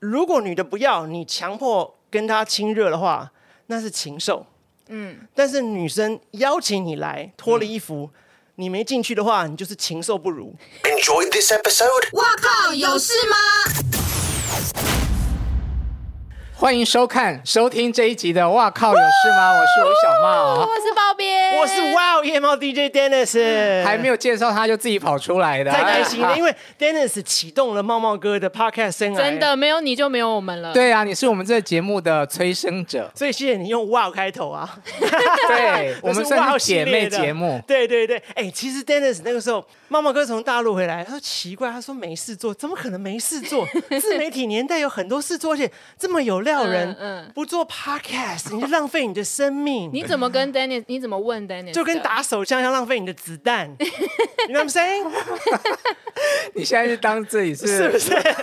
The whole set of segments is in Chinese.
如果女的不要你强迫跟她亲热的话，那是禽兽。嗯，但是女生邀请你来，脱了衣服，你没进去的话，你就是禽兽不如。 Enjoyed this episode? 哇靠，有事吗？欢迎收看、收听这一集的《哇靠有 事吗》，我是吴小茂，我是包边，我是哇哦夜猫 DJ Dennis，还没有啊介绍他就自己跑出来的，太开心了，因为为 Dennis 启动了茂茂哥的 Podcast 生涯，，真的没有你就没有我们了。，对啊，你是我们这节目的催生者所以谢谢你用哇、哦开头啊，对 我们这是哇、算哦是系姐妹列的节 目，对对对，哎、其实 Dennis 那个时候，茂茂哥从大陆回来，他说奇怪，他说没事做，怎么可能没事做？自媒体年代有很多事做，而且这么有料人，嗯嗯不做 Podcast，你就浪费你的生命，你怎么跟 Dennis？你怎么问 Dennis？就跟打手枪一样浪费你的子弹， 你 you know what I'm saying？你现在是当自己是不是是？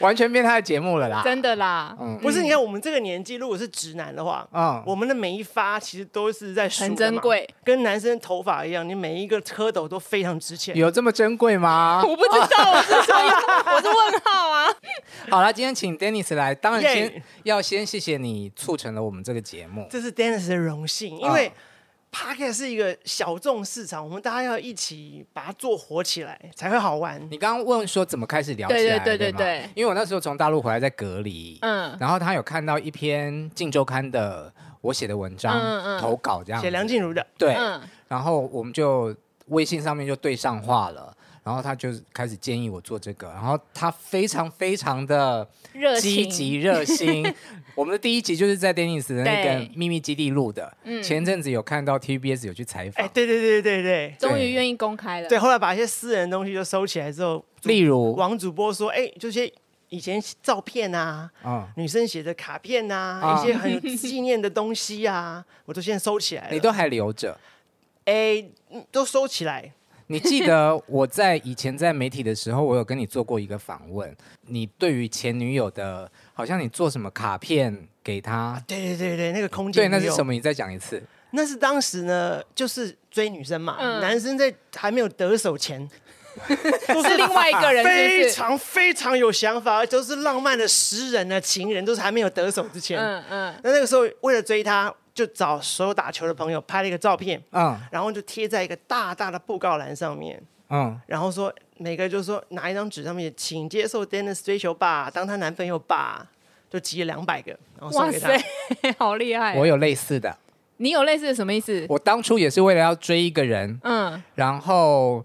完全变他的节目了啦，真的啦，不是，你看我们这个年纪，如果是直男的话，嗯我们的每一发其实都是在数的嘛很珍贵，跟男生头发一样，你每一个蝌蚪都非常值钱。有这么珍 贵吗？我不知道，我是 说，我是问号啊。好啦，今天请 Dennis 来，当然耶先要先谢谢你促成了我们这个节目，这是 Dennis 的荣幸，因啊为 Podcast 是一个小众市场，我们大家要一起把它做火起来，才会好玩。你刚刚问说怎么开始聊起来的嘛？对对对对对因为我那时候从大陆回来在隔离，嗯嗯，然后他有看到一篇《镜周刊》的我写的文章、嗯嗯投稿这样子，写梁静茹的，对，嗯，然后我们就微信上面就对上话了，然后他就开始建议我做这个，然后他非常非常的热积情极热 心。我们的第一集就是在 Dennis 的那个对嗯秘密基地录的，前阵子有看到 TBS 有去采哎、访，对对对对对终于愿意公开了。对，，后来把一些私人的东西都收起来之后，例如，王主播说，哎、这些以前照片啊，嗯，女生写的卡片啊，啊一些很有纪念的东西啊， 我都现在收起来了。你都还留着。哎、嗯都收起来。你记得我在以前在媒体的时候，我有跟你做过一个访问，你对于前女友的，好像你做什么卡片给她，对对对对，那个空间对，那没是有什么？你再讲一次。那是当时呢，就是追女生嘛，嗯男生在还没有得手前，都 是另外一个人是不非是常非常有想法，而且都是浪漫的诗人啊、情人，都是还没有得手之前。嗯嗯，那那个时候为了追她，就找所有打球的朋友拍了一个照片，嗯然后就贴在一个大大的布告栏上面，嗯，然后说每个就说拿一张纸上面写，请接受 Dennis 追求吧，当她男朋友吧。就集了两百个，然后送哇给他。塞，好厉害！我有类似的，你有类似的什么意思？我当初也是为了要追一个人，嗯，然后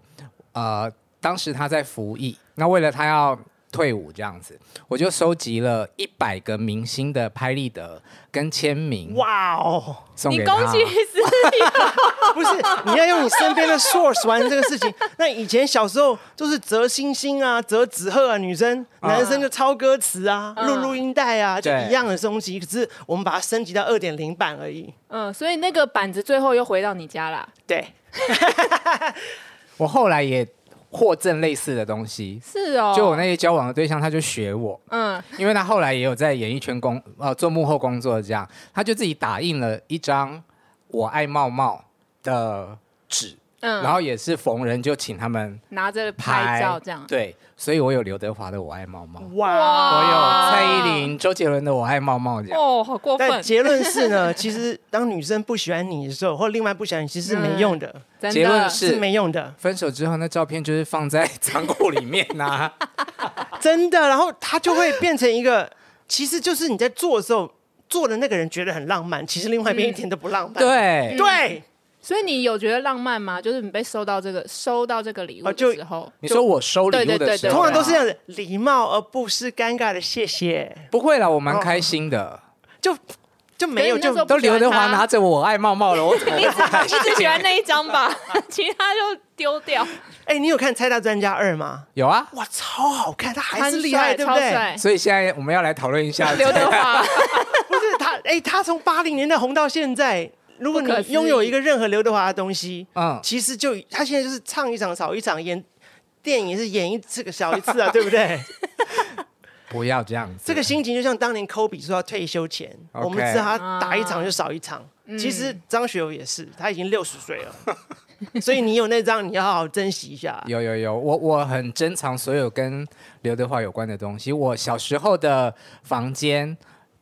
呃，当时他在服役，那为了他要退伍这样子，我就收集了一百个明星的拍立得跟签名，哇哦！送你给他。恭喜是啊不是，你要用你身边的 source 玩这个事情。那以前小时候就是折星星啊、折纸鹤啊，女生、男生就抄歌词啊、录录音带啊，就对一样的东西。可是我们把它升级到二点零版而已。 嗯，所以那个板子最后又回到你家啦。对，我后来也获赠类似的东西，是哦，就我那些交往的对象，他就学我，嗯，因为他后来也有在演艺圈工呃做幕后工作，这样他就自己打印了一张“我爱茂茂”的纸，嗯然后也是逢人就请他们拿着拍拍照这样。对，所以我有刘德华的“我爱茂茂”，哇！我有哇蔡依林、周杰伦的“我爱茂茂”这样。哦，好过但分，结论是呢， 其实当女生不喜欢你的时候，或另外不喜欢你，其实是没用的，真结论的是是没用的，分手之后，那照片就是放在仓库里面啊呐、 真的。然后它就会变成一个，其实就是你在做的时候，做的那个人觉得很浪漫，其实另外一边一点都不浪漫。对，对，所以你有觉得浪漫吗？就是你被收到这个收到这个礼物哦就的时候，你说我收礼对对物的对时候，通常都是这样子，礼貌而不失尴尬的谢谢，不会啦，我蛮开心哦的。就就没有可是就你那时候都刘德华拿着我爱茂茂了，我怎么会不开你心？只喜欢那一张吧，其他就丢掉。哎、你有看《猜大专家二》吗？ 有啊，哇，超好看，他还他是厉害，对不对？帅，所以现在我们要来讨论一下 刘德华 不是他，哎、他从八零年代红到现在，如果你不可思议拥有一个任何刘德华的东西，嗯嗯，其实就他现在就是唱一场少一场，演电影是演一次个小一次啊，对不对？ 不要这样子，这个心情就像当年科比说要退休前 OK 啊我们知道他打一场就少一场，其实嗯张学友也是，他已经六十岁了， 所以你有那张，你要好好珍惜一下。有有有，我我很珍藏所有跟刘德华有关的东西。我小时候的房间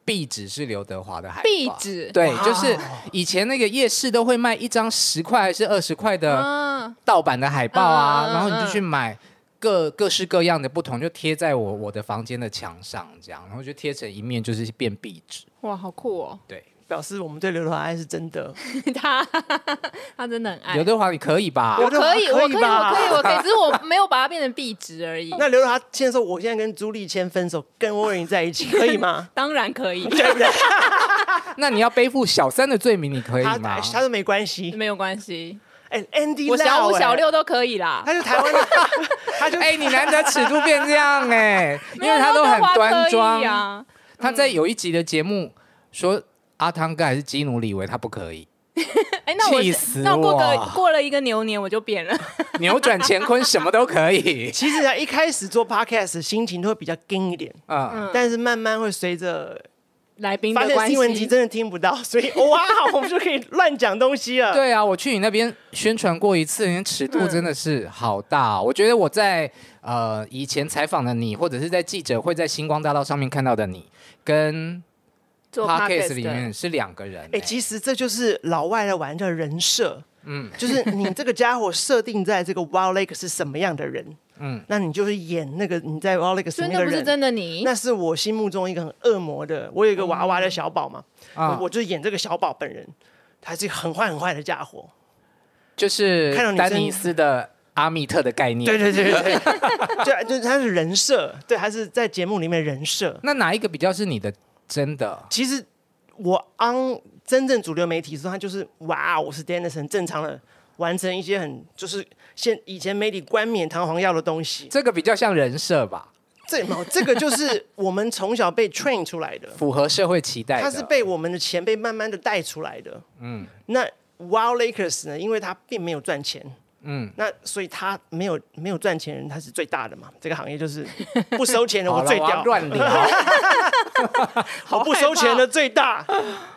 壁纸是刘德华的海报，壁纸对，就是以前那个夜市都会卖一张十块还是二十块的嗯，盗版的海报嗯啊，嗯嗯然后你就去买。各各式各样的不同，就贴在我我的房间的墙上，这样，然后就贴成一面，就是变壁纸。哇，好酷哦！对，表示我们对刘德华爱是真的。他他真的很爱刘。德华你可以吧？刘哎我德华可以，我可以，我可可以吧以，我可以，只是我没有把它变成壁纸而已。 那刘德华现在说，我现在跟朱丽谦分手，跟温文在一起，可以吗？当然可以，对不对？那你要背负小三的罪名，你可以他吗？他说没关系。 没有关系，哎，Andy，嗯我小 Lau，五、哎小，六都可 以啦。他就台湾 的，他就。哎、你难得尺度变这样哎、因为他都很端庄。啊。他在有一集的节目说阿汤哥还是基努里维他不可以，哎，那我气死那过我个过了一个牛年我就变了， 扭转乾坤什么都可以 其实啊，一开始做 podcast 心情都会比较硬一点，嗯，但是慢慢会随着来宾发的现关新闻集系。真的听不到，所 以哇，我们就可以乱讲东西了。，对啊，我去你那边宣传过一次，你的尺度真的是好大哦、我觉得我在呃以前采访的你，或者是在记者会在星光大道上面看到的你，跟做 podcast podcast 里面是两个人、哎、其实这就是老外来玩的人设，嗯，就是你这个家伙设定在这个 Wild Lake 是什么样的人，嗯，那你就是演那个你在 Wild Lake 什所么以样的那不人，是真的你，那是我心目中一个很恶魔的，我有一个娃娃的小宝嘛，啊我就演这个小宝本人，他是一个很坏很坏的家伙，就是看到女生丹尼斯的阿密特的概念。对对对对对， 对，就是他是人设，对，他是在节目里面人设。那哪一个比较是你的真的？其实我 on 真正主流媒体的时候，他就是哇，我是 Dennis，很正常的完成一些很就是现以前媒体冠冕堂皇要的东西。这个比较像人设吧，这没有这个就是我们从小被 train 出来 的。符合社会期待的。他是被我们的前辈慢慢的带出来的。嗯，那 Wild Lakers 呢？因为他并没有赚钱，嗯，那所以他没有没有赚钱人，他是最大的嘛。这个行业就是不收钱的 好我了最我屌要，乱聊。我不收钱的最大。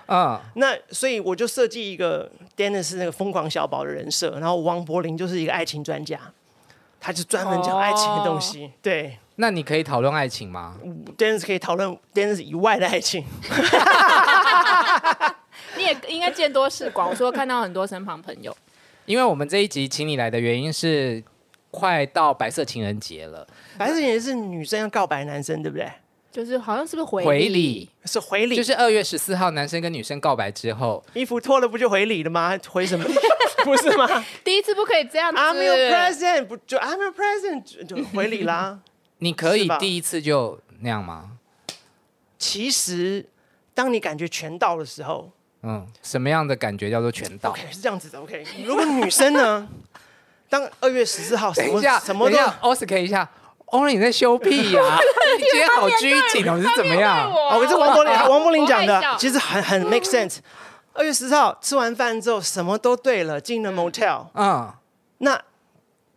嗯，那所以我就设计一个 Dennis 是那个疯狂小宝的人设，然后王柏林就是一个爱情专家。他就专门讲爱情的东哦西对那你可以讨论爱情吗？ ，Dennis 可以讨论 Dennis 以外的爱情，你也应该见多识广。我说看到很多身旁朋友，因为我们这一集请你来的原因是快到白色情人节了，反正也是女生要告白男生，对不对？就是好像是不是回回礼是回礼，就是二月十四号男生跟女生告白之后，衣服脱了不就回礼了吗？回什么？ 不是吗第一次不可以这样 子。？I'm your present，不就 I'm your present 就就回礼啦。你可以是吧第一次就那样吗？其实，当你感觉全到的时候嗯，什么样的感觉叫做全到？ ，OK 是这样子的。OK，如果女生呢，当二月十四号什等么一下，什么等都一下，Oscar 一下。哦，你在修屁呀、 你今天好拘谨哦，你是怎么样？我啊哦，这王柏林王柏林讲的我害，羞其实很很 make sense。二月十四号吃完饭之后，什么都对了，进了 motel，嗯，那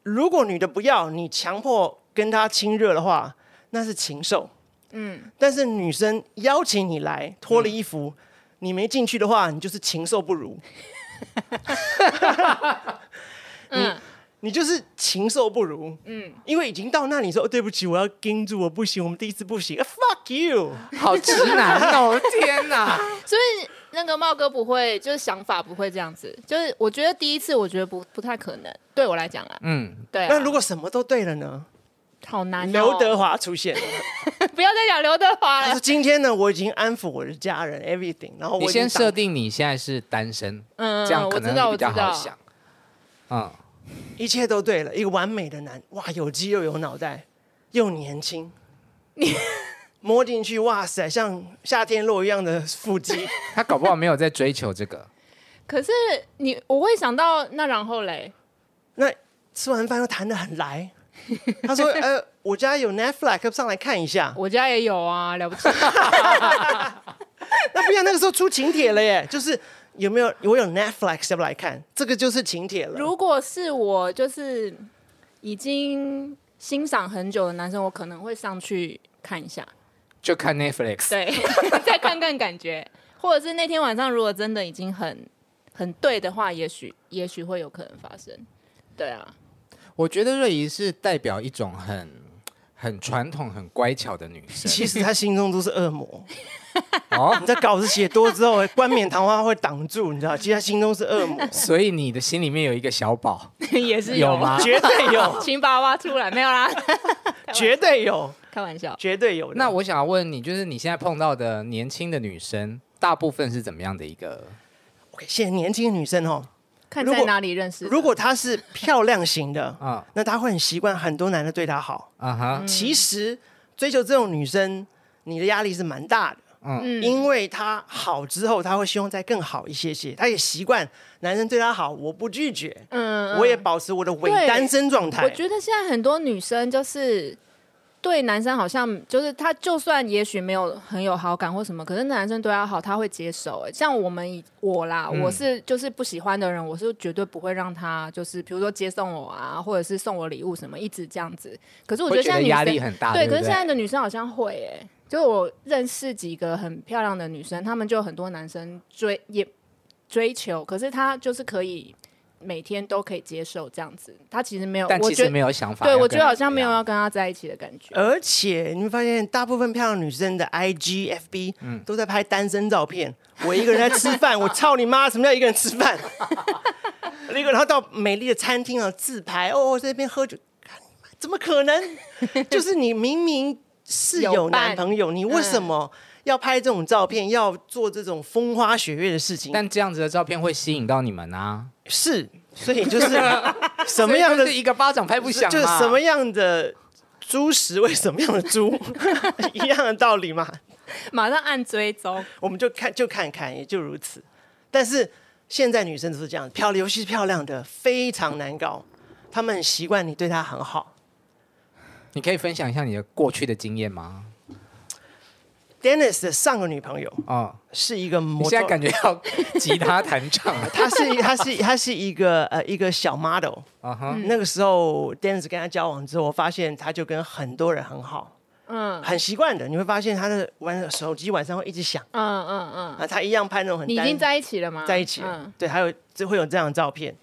如果女的不要，你强迫跟她亲热的话，那是禽兽。嗯，但是女生邀请你来，脱了衣服，你没进去的话，你就是禽兽不如。嗯，你就是禽兽不如，嗯，因为已经到那里说、哦对不起，我要盯住，我不行，我们第一次不行、啊、，fuck you， 好直哦男哦！天哪，所以那个茂哥不会，就是想法不会这样子。就是我觉得第一次，我觉得不不太可能，对我来讲啊， 嗯，对啊。那如果什么都对了呢？好难、哦， 刘德华出现了，不要再讲刘德华他了说。今天呢，我已经安抚我的家人，everything，然后我你已经先设打定你现在是单身，嗯，这样可我知能道，比我知较好道。想。嗯，一切都对了，一个完美的男，哇，有肌肉有脑袋，又年轻， 摸进去，哇塞，像夏天肉一样的腹 肌，他搞不好没有在追求这个。可是你，我会想到那然后嘞，那吃完饭又谈得很来。他说：“呃，我家有 Netflix，要不上来看一下。我家也有啊，了不起。那不然那个时候出请帖了耶，就是有没有我有 Netflix 要不来看？这个就是请帖了。如果是我，就是已经欣赏很久的男生，我可能会上去看一下， 就看 Netflix，对，再看看感觉，或者是那天晚上如果真的已经很很对的话，也许也许会有可能发生。对啊，我觉得瑞怡是代表一种很很传统、很乖巧的女生。其实他心中都是恶魔。哦，你在稿子写多之后，冠冕堂皇会挡住，你知道？其实他心中是恶魔，所以你的心里面有一个 小宝， 也是有 吗绝对有，请把我挖出来，没有啦， 绝对有，开玩笑。绝对有的。那我想要问你，就是你现在碰到的年轻的女生，大部分是怎么样的一个？ OK，现在年轻的女生哦，看如在果哪里认识的。如果她是漂亮型的，啊那她会很习惯很多男的对她好。啊嗯哈，其实追求这种女生，你的压力是蛮大的。嗯，因为她好之后，她会希望再更好一些些，她也习惯男生对她好，我不拒绝，嗯，我也保持我的伪对单身状态。我觉得现在很多女生就是对男生好像就是她就算也许没有很有好感或什么，可是那男生对她好，她会接受、欸。像我们以我啦，嗯我是就是不喜欢的人，我是绝对不会让他就是比如说接送我啊，或者是送我礼物什么，一直这样子。可是我觉得会觉现在得女压生力很大，对，不可是现在的女生好像会哎、就我认识几个很漂亮的女生，她们就有很多男生追也追求，可是她就是可以每天都可以接受这样子，她其实没有，但我其觉实得没有想法。对要我觉跟得好你像没有怎么样要跟她在一起的感觉，而且你会发现，大部分漂亮女生的 IG、FB 嗯都在拍单身照片。我一个人在吃 饭，我操你妈！什么叫一个人吃饭？一个人然后到美丽的餐厅啊自拍，哦，在那边喝酒，干你妈怎么可 能？就是你明明是有有男伴朋友，你为什么要拍这种照片，要做这种风花雪月的事情？但这样子的照片会吸引到你们啊？是，所以就是什么样 的所以就是一个巴掌拍不响嘛？就是什么样的猪食喂什么样的猪， 一样的道理嘛。马上按追踪，我们就看就看看，也就如此。但是现在女生都是这样，漂亮，尤其是漂亮的，非常难搞。她们很习惯你对她很好。你可以分享一下你的过去的经验吗？ Dennis 的上个女朋友哦，是一个你模特现在，感觉要 吉他弹 唱啊 了。她是她是她是一个呃一个小 model。啊哈，嗯那个时候 Dennis 跟她交往之后，我发现她就跟很多人很好，嗯很习惯的。你会发现她的玩手机晚上会一直响嗯嗯嗯，啊，她一样拍那种很你已单经在一嗯起了吗？在一起了。对，还有就会有这样的照片。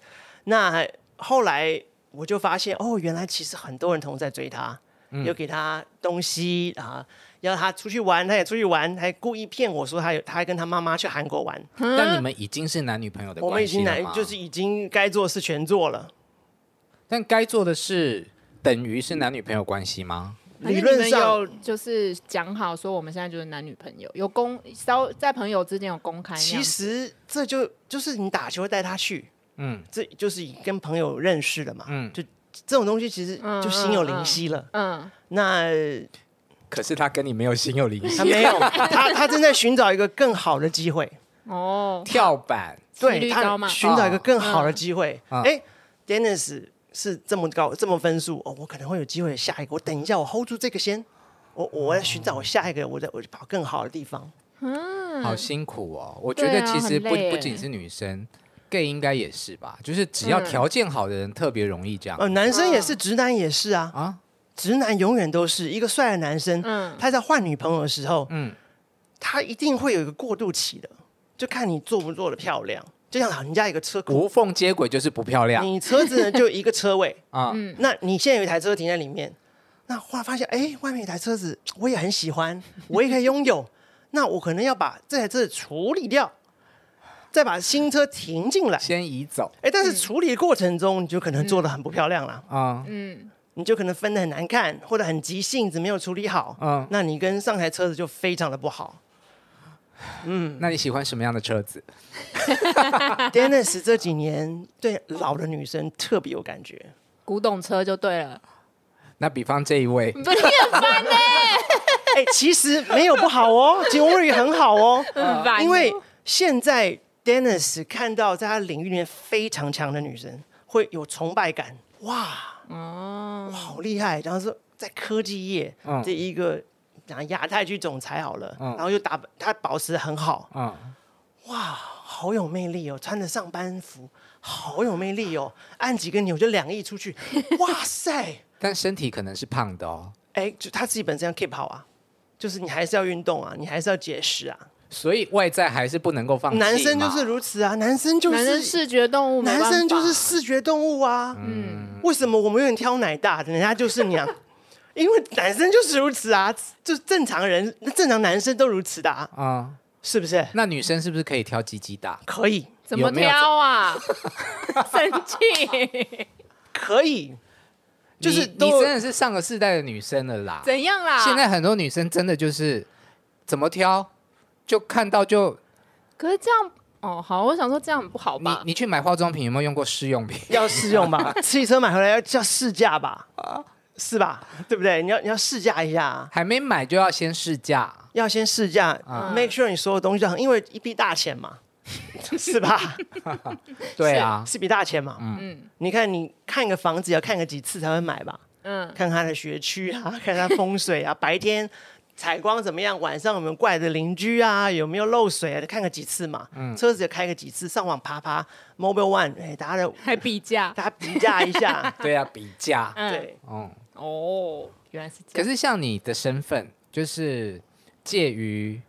那后来我就发现，哦，原来其实很多人同时在追他，嗯有给他东西啊，要他出去玩，他也出去玩，还故意骗我说他有他还跟他妈妈去韩国玩。但你们已经是男女朋友的嗯我们已关经系了来吗就是，已经该做的事全做了，但该做的事等于是男女朋友关系吗？还理是你论们啊上有就是讲好说我们现在就是男女朋友，有公稍在朋友之间有公开那样其子，实这就就是你打球带他去，嗯，这就是跟朋友认识了嘛，嗯就这种东西其实就心有灵犀了。嗯。那呃可是他跟你没有心有灵他犀，没 有，他他正在寻找一个更好的机会。哦，跳板几对率他高嘛寻找一个更好的机会。嗯哎、d e n n i s 是这么高这么分数哦，我可能会有机会下一个。我等一下，我 hold 住这个先。我我要寻找我下一个，我再我就跑更好的地方。好辛苦哦。我觉嗯对啊得其实很不累耶不仅是女生，gay 应该也是吧，就是只要嗯条件好的人特别容易这样呃，男生也是，直男也是啊，啊。直男永远都是一个帅的男生，嗯他在换女朋友的时候，嗯他一定会有一个过渡期的，就看你做不做的漂亮。就像老人家一个车库，无缝接轨就是不漂亮你车子呢就一个车位， 啊。那你现在有一台车停在里面，那忽然发现，哎、外面有一台车子，我也很喜 欢，我也可以拥有。那我可能要把这台车子处理掉，再把新车停进来。先移走哎、但是处理的过程中，你就可能做的很不漂亮啦，嗯啊，你就可能分的很难看，或者很急性子没有处理好。嗯那你跟上台车子就非常的不好。那你喜欢什么样的车子？ Dennis 这几年对老的女生特别有感觉，古董车就对了，那比方这一位，嗯不是很烦呢、哎、其实没有不好 哦，其实我也很好哦，很烦，因为现在 Dennis 看到在他领域里面非常强的女生，会有崇拜感，哇，哦，好厉害！然后说在科技业嗯这一个讲亚太区总裁好了，嗯然后又打他保持得很好，嗯，好有魅力哦，穿着上班服，好有魅力哦，按几个钮就两亿出去，哇塞！但身体可能是胖的哦。哎，就他自己本身要 keep 好啊，就是你还是要运动啊，你还是要节食啊，所以外在还是不能够放弃嘛。男生就是如此啊，男生就是男生视觉动物，没男办生就法是视觉动物啊。嗯，为什么我们永远挑奶大的，人家就是娘？因为男生就是如此啊，就是正常人，那正常男生都如此的、啊，啊、是不是？那女生是不是可以挑鸡鸡大？可以，怎么有没有挑 啊？生气？可以，就是你都啊你真的是上个世代的女生了啦。怎样啦？现在很多女生真的就是怎么挑，就看到就可是这样哦，好，我想说这样很不好你吧？你去买化妆品有没有用过试用品？ 要试用吧，汽车买回来要叫试驾吧，是吧？对不对？你要你要试驾一下啊，还没买就要先试驾，要先试驾、m a k e sure 你所有东西都很，因为一笔大钱 嘛，是吧？对啊，，是笔大钱嘛。嗯，你看你看个房子要看个几次才会买吧？嗯，看它的学区 啊，看它风水啊，白天采光怎么样，晚上有没有怪的邻居啊，有没有漏水啊，看个几次嘛。车子也开个几次，上网爬爬 Mobile One，哎，大家的还比价大家比价一下 对啊，比价，嗯对，嗯。哦，原来是这可样。是像你的身份，就是介于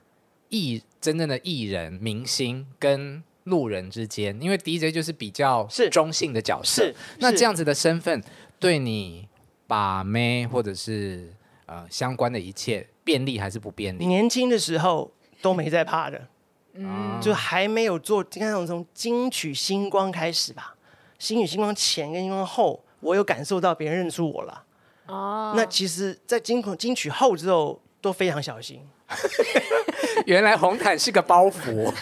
艺真正的艺人、明星跟路人之间，因为 DJ 就是比较是中性的角色是。那是这样子的身份，对你把妹或者是呃相关的一切便利还是不便利？年轻的时候都没在怕的，嗯就还没有做。你看，从金曲星光开始吧，星语星光前跟星光后，我有感受到别人认出我了。哦，那其实，在金曲金曲后之后，都非常小心， 原来红毯是个包袱，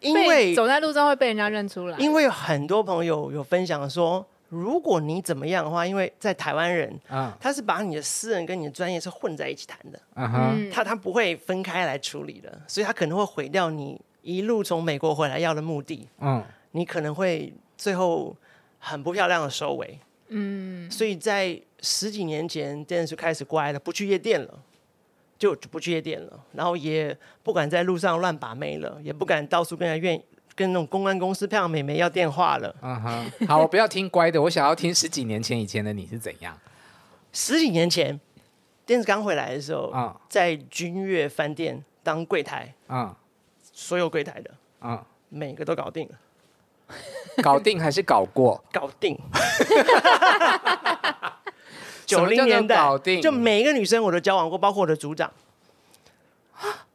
因被为走在路上会被人家认出来，因为有很多朋友有分享说，如果你怎么样的话，因为在台湾人， 啊嗯他是把你的私人跟你的专业是混在一起谈的。嗯哼，他他不会分开来处理的，所以他可能会毁掉你一路从美国回来要的目的，嗯，你可能会最后很不漂亮的收尾。嗯，所以在十几年前，电视就开始乖了，不去夜店了，就就不去夜店了，然后也不敢在路上乱把妹了，也不敢到处跟人家愿跟那种公安公司漂亮美眉要电话了。嗯哼，好，我不要听乖的，我想要听十几年前以前的你是怎样十几年前，电视刚回来的时候，啊在君悦饭店当柜台，啊所有柜台的啊、每个都搞定了。搞定还是搞过？搞定。 什九么叫零做年代搞定就每一个女生我都交往过，包括我的组长，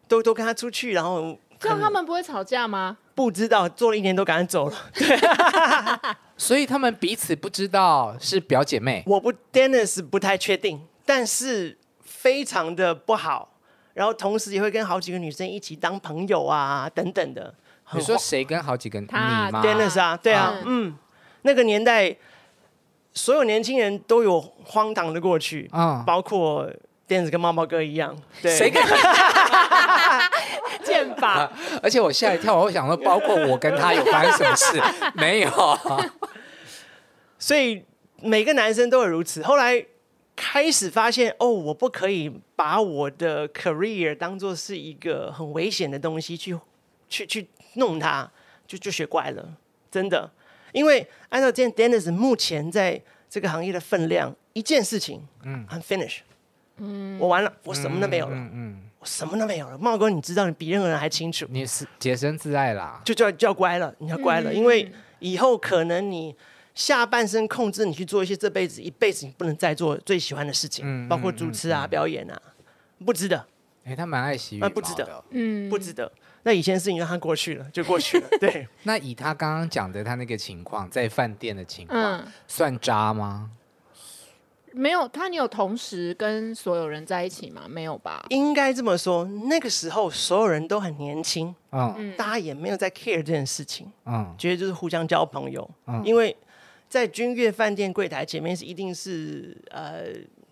都都跟她出去，然后这样他们不会吵架吗？不知道做了一年都赶快走了。所以他们彼此不知道是表姐妹，我不 Dennis 不太确定，但是非常的不好，然后同时也会跟好几个女生一起当朋友啊等等的，很你说谁跟好几个你他吗？ Dennis Dennis 哦啊，对啊，嗯，那个年代所有年轻人都有荒唐的过去，嗯包括 Dennis 跟猫猫哥一样，对， 谁跟？剑法而且我吓一跳，我想说，包括我跟他有发生什么事？ 没有，所以每个男生都有如此。后来开始发现，哦，我不可以把我的 career 当做是一个很危险的东西去去去弄它，就就学乖了，真的。因为按照今天 Dennis 目前在这个行业的分量，一件事情，嗯，I'm finished，嗯，我完了，我什么都没有了，嗯，我什么都没有了。茂哥，你知道，你比任何人还清楚。你是洁身自爱啦。就叫就要乖了，你要乖了，因为以后可能你下半身控制你去做一些这辈子一辈子你不能再做最喜欢的事情，包括主持啊、表演啊，不值得，哎、他蛮爱洗羽毛啊的。不值得不值得。那以前的事情让它过去了，就过去了。对，那以他刚刚讲的他那个情况，在饭店的情况，嗯算渣吗？没有他，你有同时跟所有人在一起吗？没有吧？应该这么说。那个时候所有人都很年轻，嗯大家也没有在 care 这件事情，嗯觉得就是互相交朋友。因为在君悦饭店柜台前面是一定是呃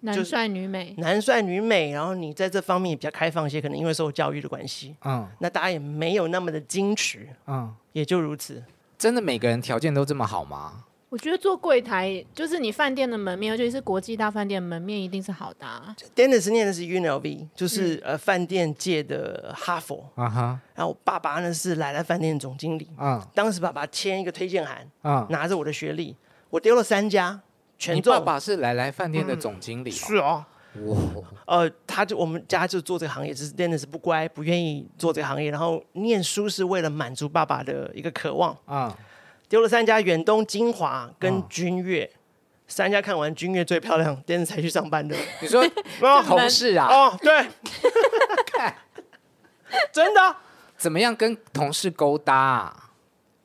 男帅女美，男帅女美，然后你在这方面也比较开放一些，可能因为受教育的关系，嗯那大家也没有那么的矜持，嗯，也就如此。真的每个人条件都这么好吗？我觉得做柜台就是你饭店的门面，尤其是国际大饭店门面一定是好的、啊。 Dennis 念的是 UNLV，就是、呃饭店界的哈佛，啊哈，然后我爸爸呢是来来饭店总经理，嗯当时爸爸签一个推荐函，嗯。拿着我的学历，我丢了三家，全你中。爸爸是来来饭店的总经理、哦，是哦，呃，他就我们家就做这个行业，只是真的是不乖，不愿意做这个行业。然后念书是为了满足爸爸的一个渴望。嗯，丢了三家，远东、金华嗯跟君悦。三家看完君悦最漂亮，今天才去上班的。你说哦同事 啊，哦，对，看真的啊。怎么样跟同事勾搭啊？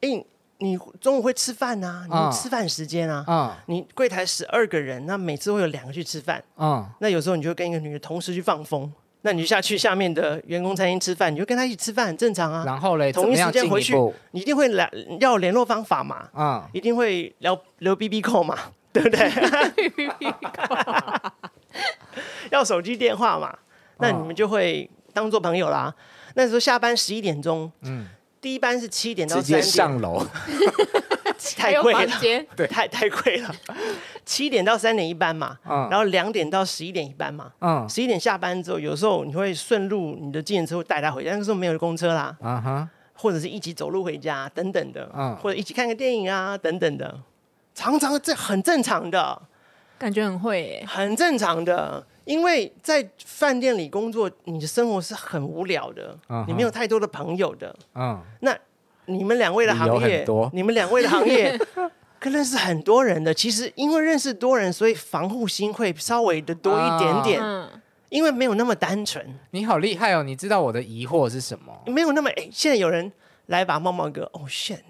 哎、你中午会吃饭呐、你嗯有吃饭时间啊，嗯你柜台十二个人，那每次会有两个去吃饭，嗯，那有时候你就跟一个女的同时去放风，那你就下去下面的员工餐厅吃饭，你就跟她一起吃饭，很正常啊。然后嘞，怎同么一时样进间回一去步？，你一定会来要有联络方法嘛，嗯，一定会聊留 B B 扣嘛， 对不对？要手机电话啊嘛，那你们就会当做朋友啦。那时候下班十一点钟，嗯，第一班是七点到直三接点，上楼，还太有贵了房， 间，太太贵了。七点到三点一班嘛，嗯然后两点到十一点一班嘛，嗯十一点下班之后，有时候你会顺路你的计程车会带他回家，那时候没有公车啦，嗯哼，或者是一起走路回家等等的，嗯或者一起看个电影啊等等的，常常这很正常的，感觉很会耶。很正常的。因为在饭店里工作，你的生活是很无聊的嗯哼你没有太多的朋友的。嗯，那你们两位的行理由业很多，你们两位的行 业可认识很多人的。其实因为认识多人，所以防护心会稍微的多一点点，嗯，因为没有那么单纯。你好厉害哦！你知道我的疑惑是什么？没有那么诶，现在有人来把茂茂哥，哦，shit，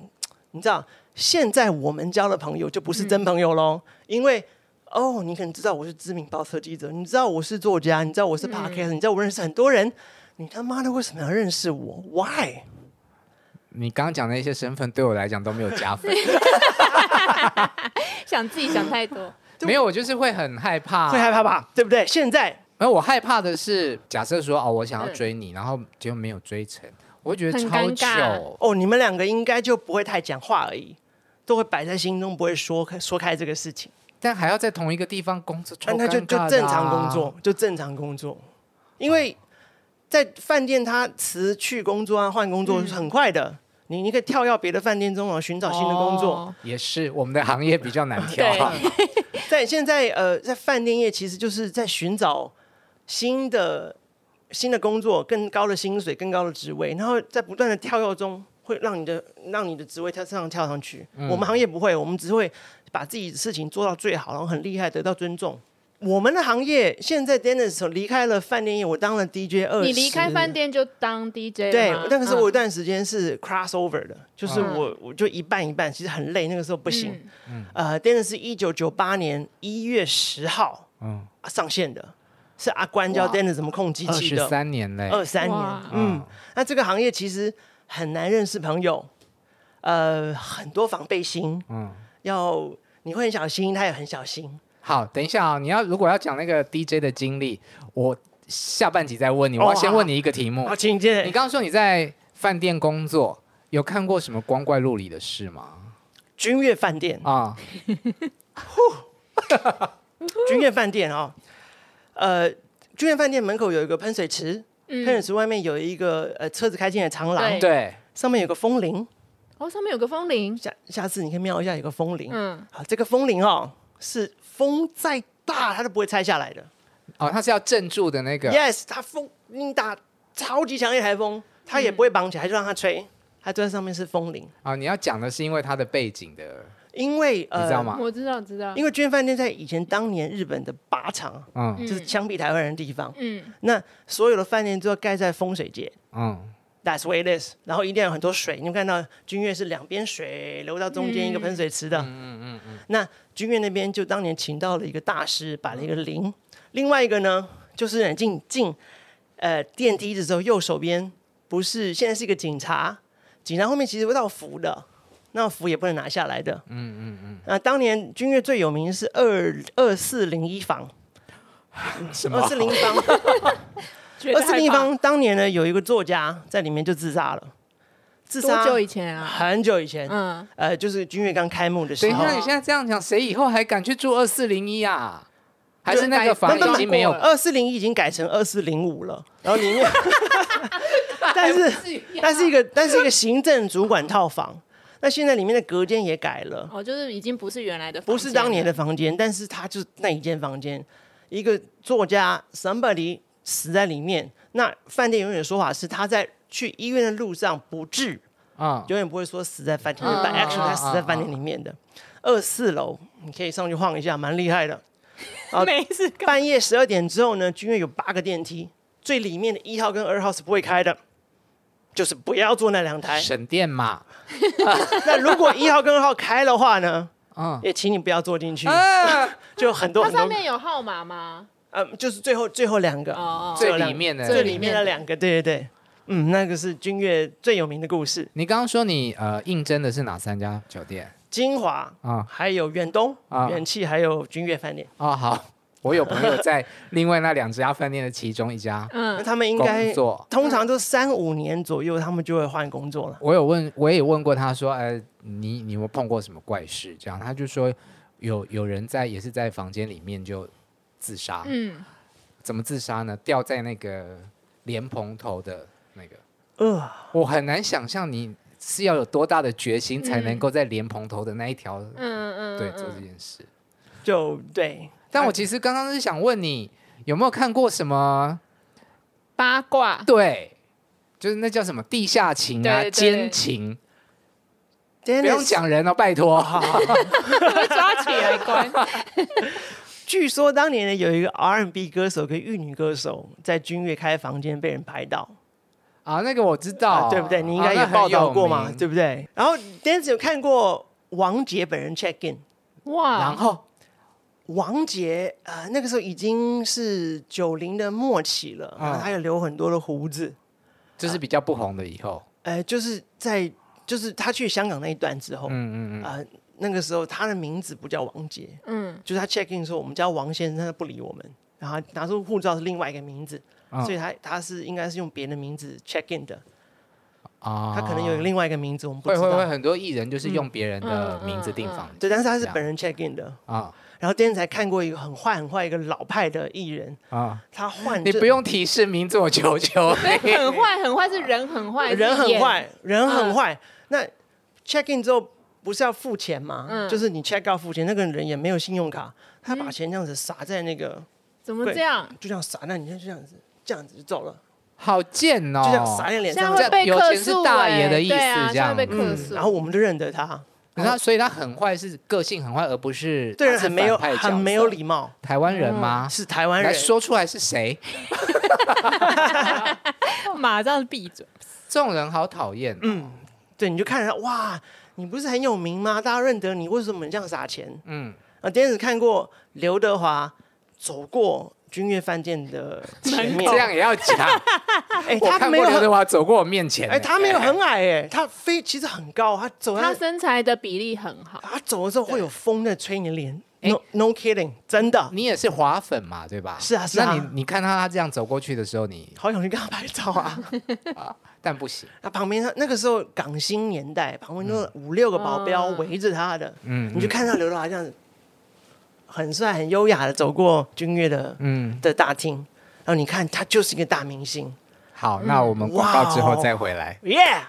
你知道，现在我们交的朋友就不是真朋友喽，因为哦，你可能知道我是知名报社记者，你知道我是作家，你知道我是 podcast，、你知道我认识很多人，你他妈的为什么要认识我？Why？你刚刚讲的一些身份对我来讲都没有 加分，想自己想太多，没有，我就是会很害怕，会害怕吧？对不对？现在没有，我害怕的是，假设说哦，我想要追嗯你，然后结果没有追成，我会觉得很超尴尬糗。哦，你们两个应该就不会太讲话而已。都会摆在心中，不会说开说开这个事情，但还要在同一个地方工作，超但尴尬、啊他就就正常工。作，就正常工作，因为在饭店他辞去工作啊，换工嗯作是很快的，你你可以跳到别的饭店中然后寻找新的工作。哦也是，我们的行业比较难跳、对 啊。在现在呃，在饭店业其实就是在寻找新的新的工作、更高的薪水、更高的职位，然后在不断的跳跃中，会让你的让你的职位跳上跳上去。我们行业不会，我们只会把自己的事情做到最好，然后很厉害，得到尊重。我们的行业现在 Dennis 离开了饭店业，我当了 DJ 二十。你离开饭店就当 DJ 对了吗，那个时候我有嗯段时间是 crossover 的，就是嗯我我就一半一半，其实很累，那个时候不行。嗯呃，真的是一九九八年一月十号嗯，上线的，是阿关教哇 Dennis 怎么控机二器十的，三年嘞，二三年哇。嗯，那这个行业其实很难认识朋友，呃，很多防备心，嗯，要你会很小心，他也很小心。好，等一下啊、你要如果要讲那个 DJ 的经历，我下半集再问你。我要哦先好问你一个题目，好，请你见，刚刚说你在饭店工作，有看过什么光怪陆离的事吗？君悦饭店，啊、 君悦饭店哦，呃，君悦饭店门口有一个喷水池，喷水嗯，池外面有一个呃车子开进来的长对廊，对，上面有个风铃，哦，上面有个风铃，下下次你可以瞄一下，有个风铃，嗯，好，这个风铃哦，是风再大它都不会拆下来的。哦，他是要镇住的那个 Yes，它风你打超级强烈台风，它也不会绑起来，就让它吹。它就在上面是风铃，啊、你要讲的是因为他的背景的，因为呃，你知道吗？我知道，知道，因为军饭店在以前当年日本的靶场，嗯就是枪毙台湾人的地方，嗯，那所有的饭店都要盖在风水街。嗯 That's w a it is。然后一定要有很多水，你们看到君悦是两边水流到中间一个喷水池的。嗯嗯嗯。那君悦那边就当年请到了一个大师，摆了一个铃。另外一个呢，就是进进呃电梯的时候，右手边不是现在是一个警察，警察后面其实会到符的，那符也不能拿下来的。嗯嗯嗯。那当年君悦最有名是二二四零一房，什么二？四零一房。觉 得二四害零一怕方当年呢有一个作家在里面就自杀了，自杀多久以前啊？很久以前，嗯，呃，就是君悦刚开幕的等时一候下，。你现在这样讲，谁以后还敢去住二四零一啊？还是那个那房那已经没有那二四零已经改成二四零五了，然后里面，但是但是一个但是一个行政主管套房，那现在里面的隔间也改了，哦，就是已经不是原来的，不是当年的，房间，但是它就是那一间房间，一个作家 somebody 死在里面，那饭店永远的说法是他在去医院的路上不治，啊，永远不会说死在饭店，嗯但 actually 嗯他死在饭店里面的。二四楼你可以上去晃一下，蛮厉害的。啊没事干。半夜十二点之后呢，剧院有八个电梯，最里面的一号跟二号是不会开的，就是不要坐那两台。省电嘛，那如果一号跟二号开的话呢，嗯，也请你不要坐进去，啊就很多它很上多，面有号码吗？嗯，就是最后最后两个，哦最最后两里面的最最里里面面的的两个，对对对，嗯，那个是君越最有名的故事，你刚刚说你呃应征的是哪三家酒店金华啊还有远东、啊远气，还有君越饭店，哦，好， 我有朋友在另外那两家饭店的其中一家那嗯，他们应该工作。通常都三五年左右，他们就会换工作了。我有问，我也问过他说，呃，你你有没有碰过什么怪事？这样，他就说有有人在也是在房间里面就自杀，嗯，怎么自杀呢？掉在那个莲蓬头的那个，呃，我很难想象你是要有多大的决心才能嗯够在莲蓬头的那一条、嗯嗯嗯，对嗯做这件事。就对，但我其实刚刚是想问你有没有看过什么？八卦，对，就是那叫什么地下情啊、对对奸情，不不用。讲人哦，拜托。被抓起来关。据说当年呢，有一个 R&B 歌手跟玉女歌手在君悦开房间被人拍到，啊，那个我知道，对不对？你应啊该那也很报道有过嘛，名对不对？然后 Dance 有看过王杰本人 check in， 哇然，后王杰啊、呃那个时候已经是九零的末期了，嗯然后他有留很多的胡子，就是比较不红的以后，呃，就是在就是他去香港那一段之后，嗯嗯嗯，呃，那个时候他的名字不叫王杰， 嗯，就是他 check in 说我们叫王先生，他不理我们，然后他拿出护照是另外一个名字，嗯所以他他是应该是用别的名字 check in 的，啊他可能有另外一个名字，我们不会知道。会会很多艺人就是用别人的嗯名字订房，对，但是他是这样本人 check in 的。啊然后今天才看过一个很坏很坏一个老派的艺人，啊，他换你这不用提示名字，我 求求你很坏，很坏是人很坏，人是很演，坏，人很嗯坏。那 check in 之后不是要付钱吗？嗯就是你 check out 付钱，那个人也没有信用卡，他把钱这样子撒在那个，怎么对这样？就这样撒，那你看就这样子，这样子就走了，好贱哦，就这样撒在脸这上样。会被有克钱是诉大欸爷的意对思啊这样样会被克嗯诉。然后我们就认得他，可是他所以他很坏，是个性很坏，而不是对，他是很没有反派角色很没有礼貌，台湾人吗？是台湾来人。说出来是谁？马上闭嘴。这种人好讨厌哦，嗯对，你就看着他，哇，你不是很有名吗？大家认得你，为什么你这样撒钱？嗯，啊，今天只看过刘德华走过君悦饭店的前面，这样也要讲。哎，我他看没过有刘很德华走过我面前，欸哎，他没有很矮哎，他飞其实很高，他走他他身材的比例很好，他走的时候会有风在吹你的脸哎，no no kidding，真的，你也是滑粉嘛，对吧？是啊是啊那你你看到他这样走过去的时候，你好想去跟他拍照啊！但不行，他旁边他那个时候港星年代，旁边都有五六个保镖嗯围着他的，嗯，你就看到刘德华这样子，很帅很优雅的走过君悦的嗯，的大厅，然后你看他就是一个大明星嗯哦好，那我们广告之后再回来。 ，yeah。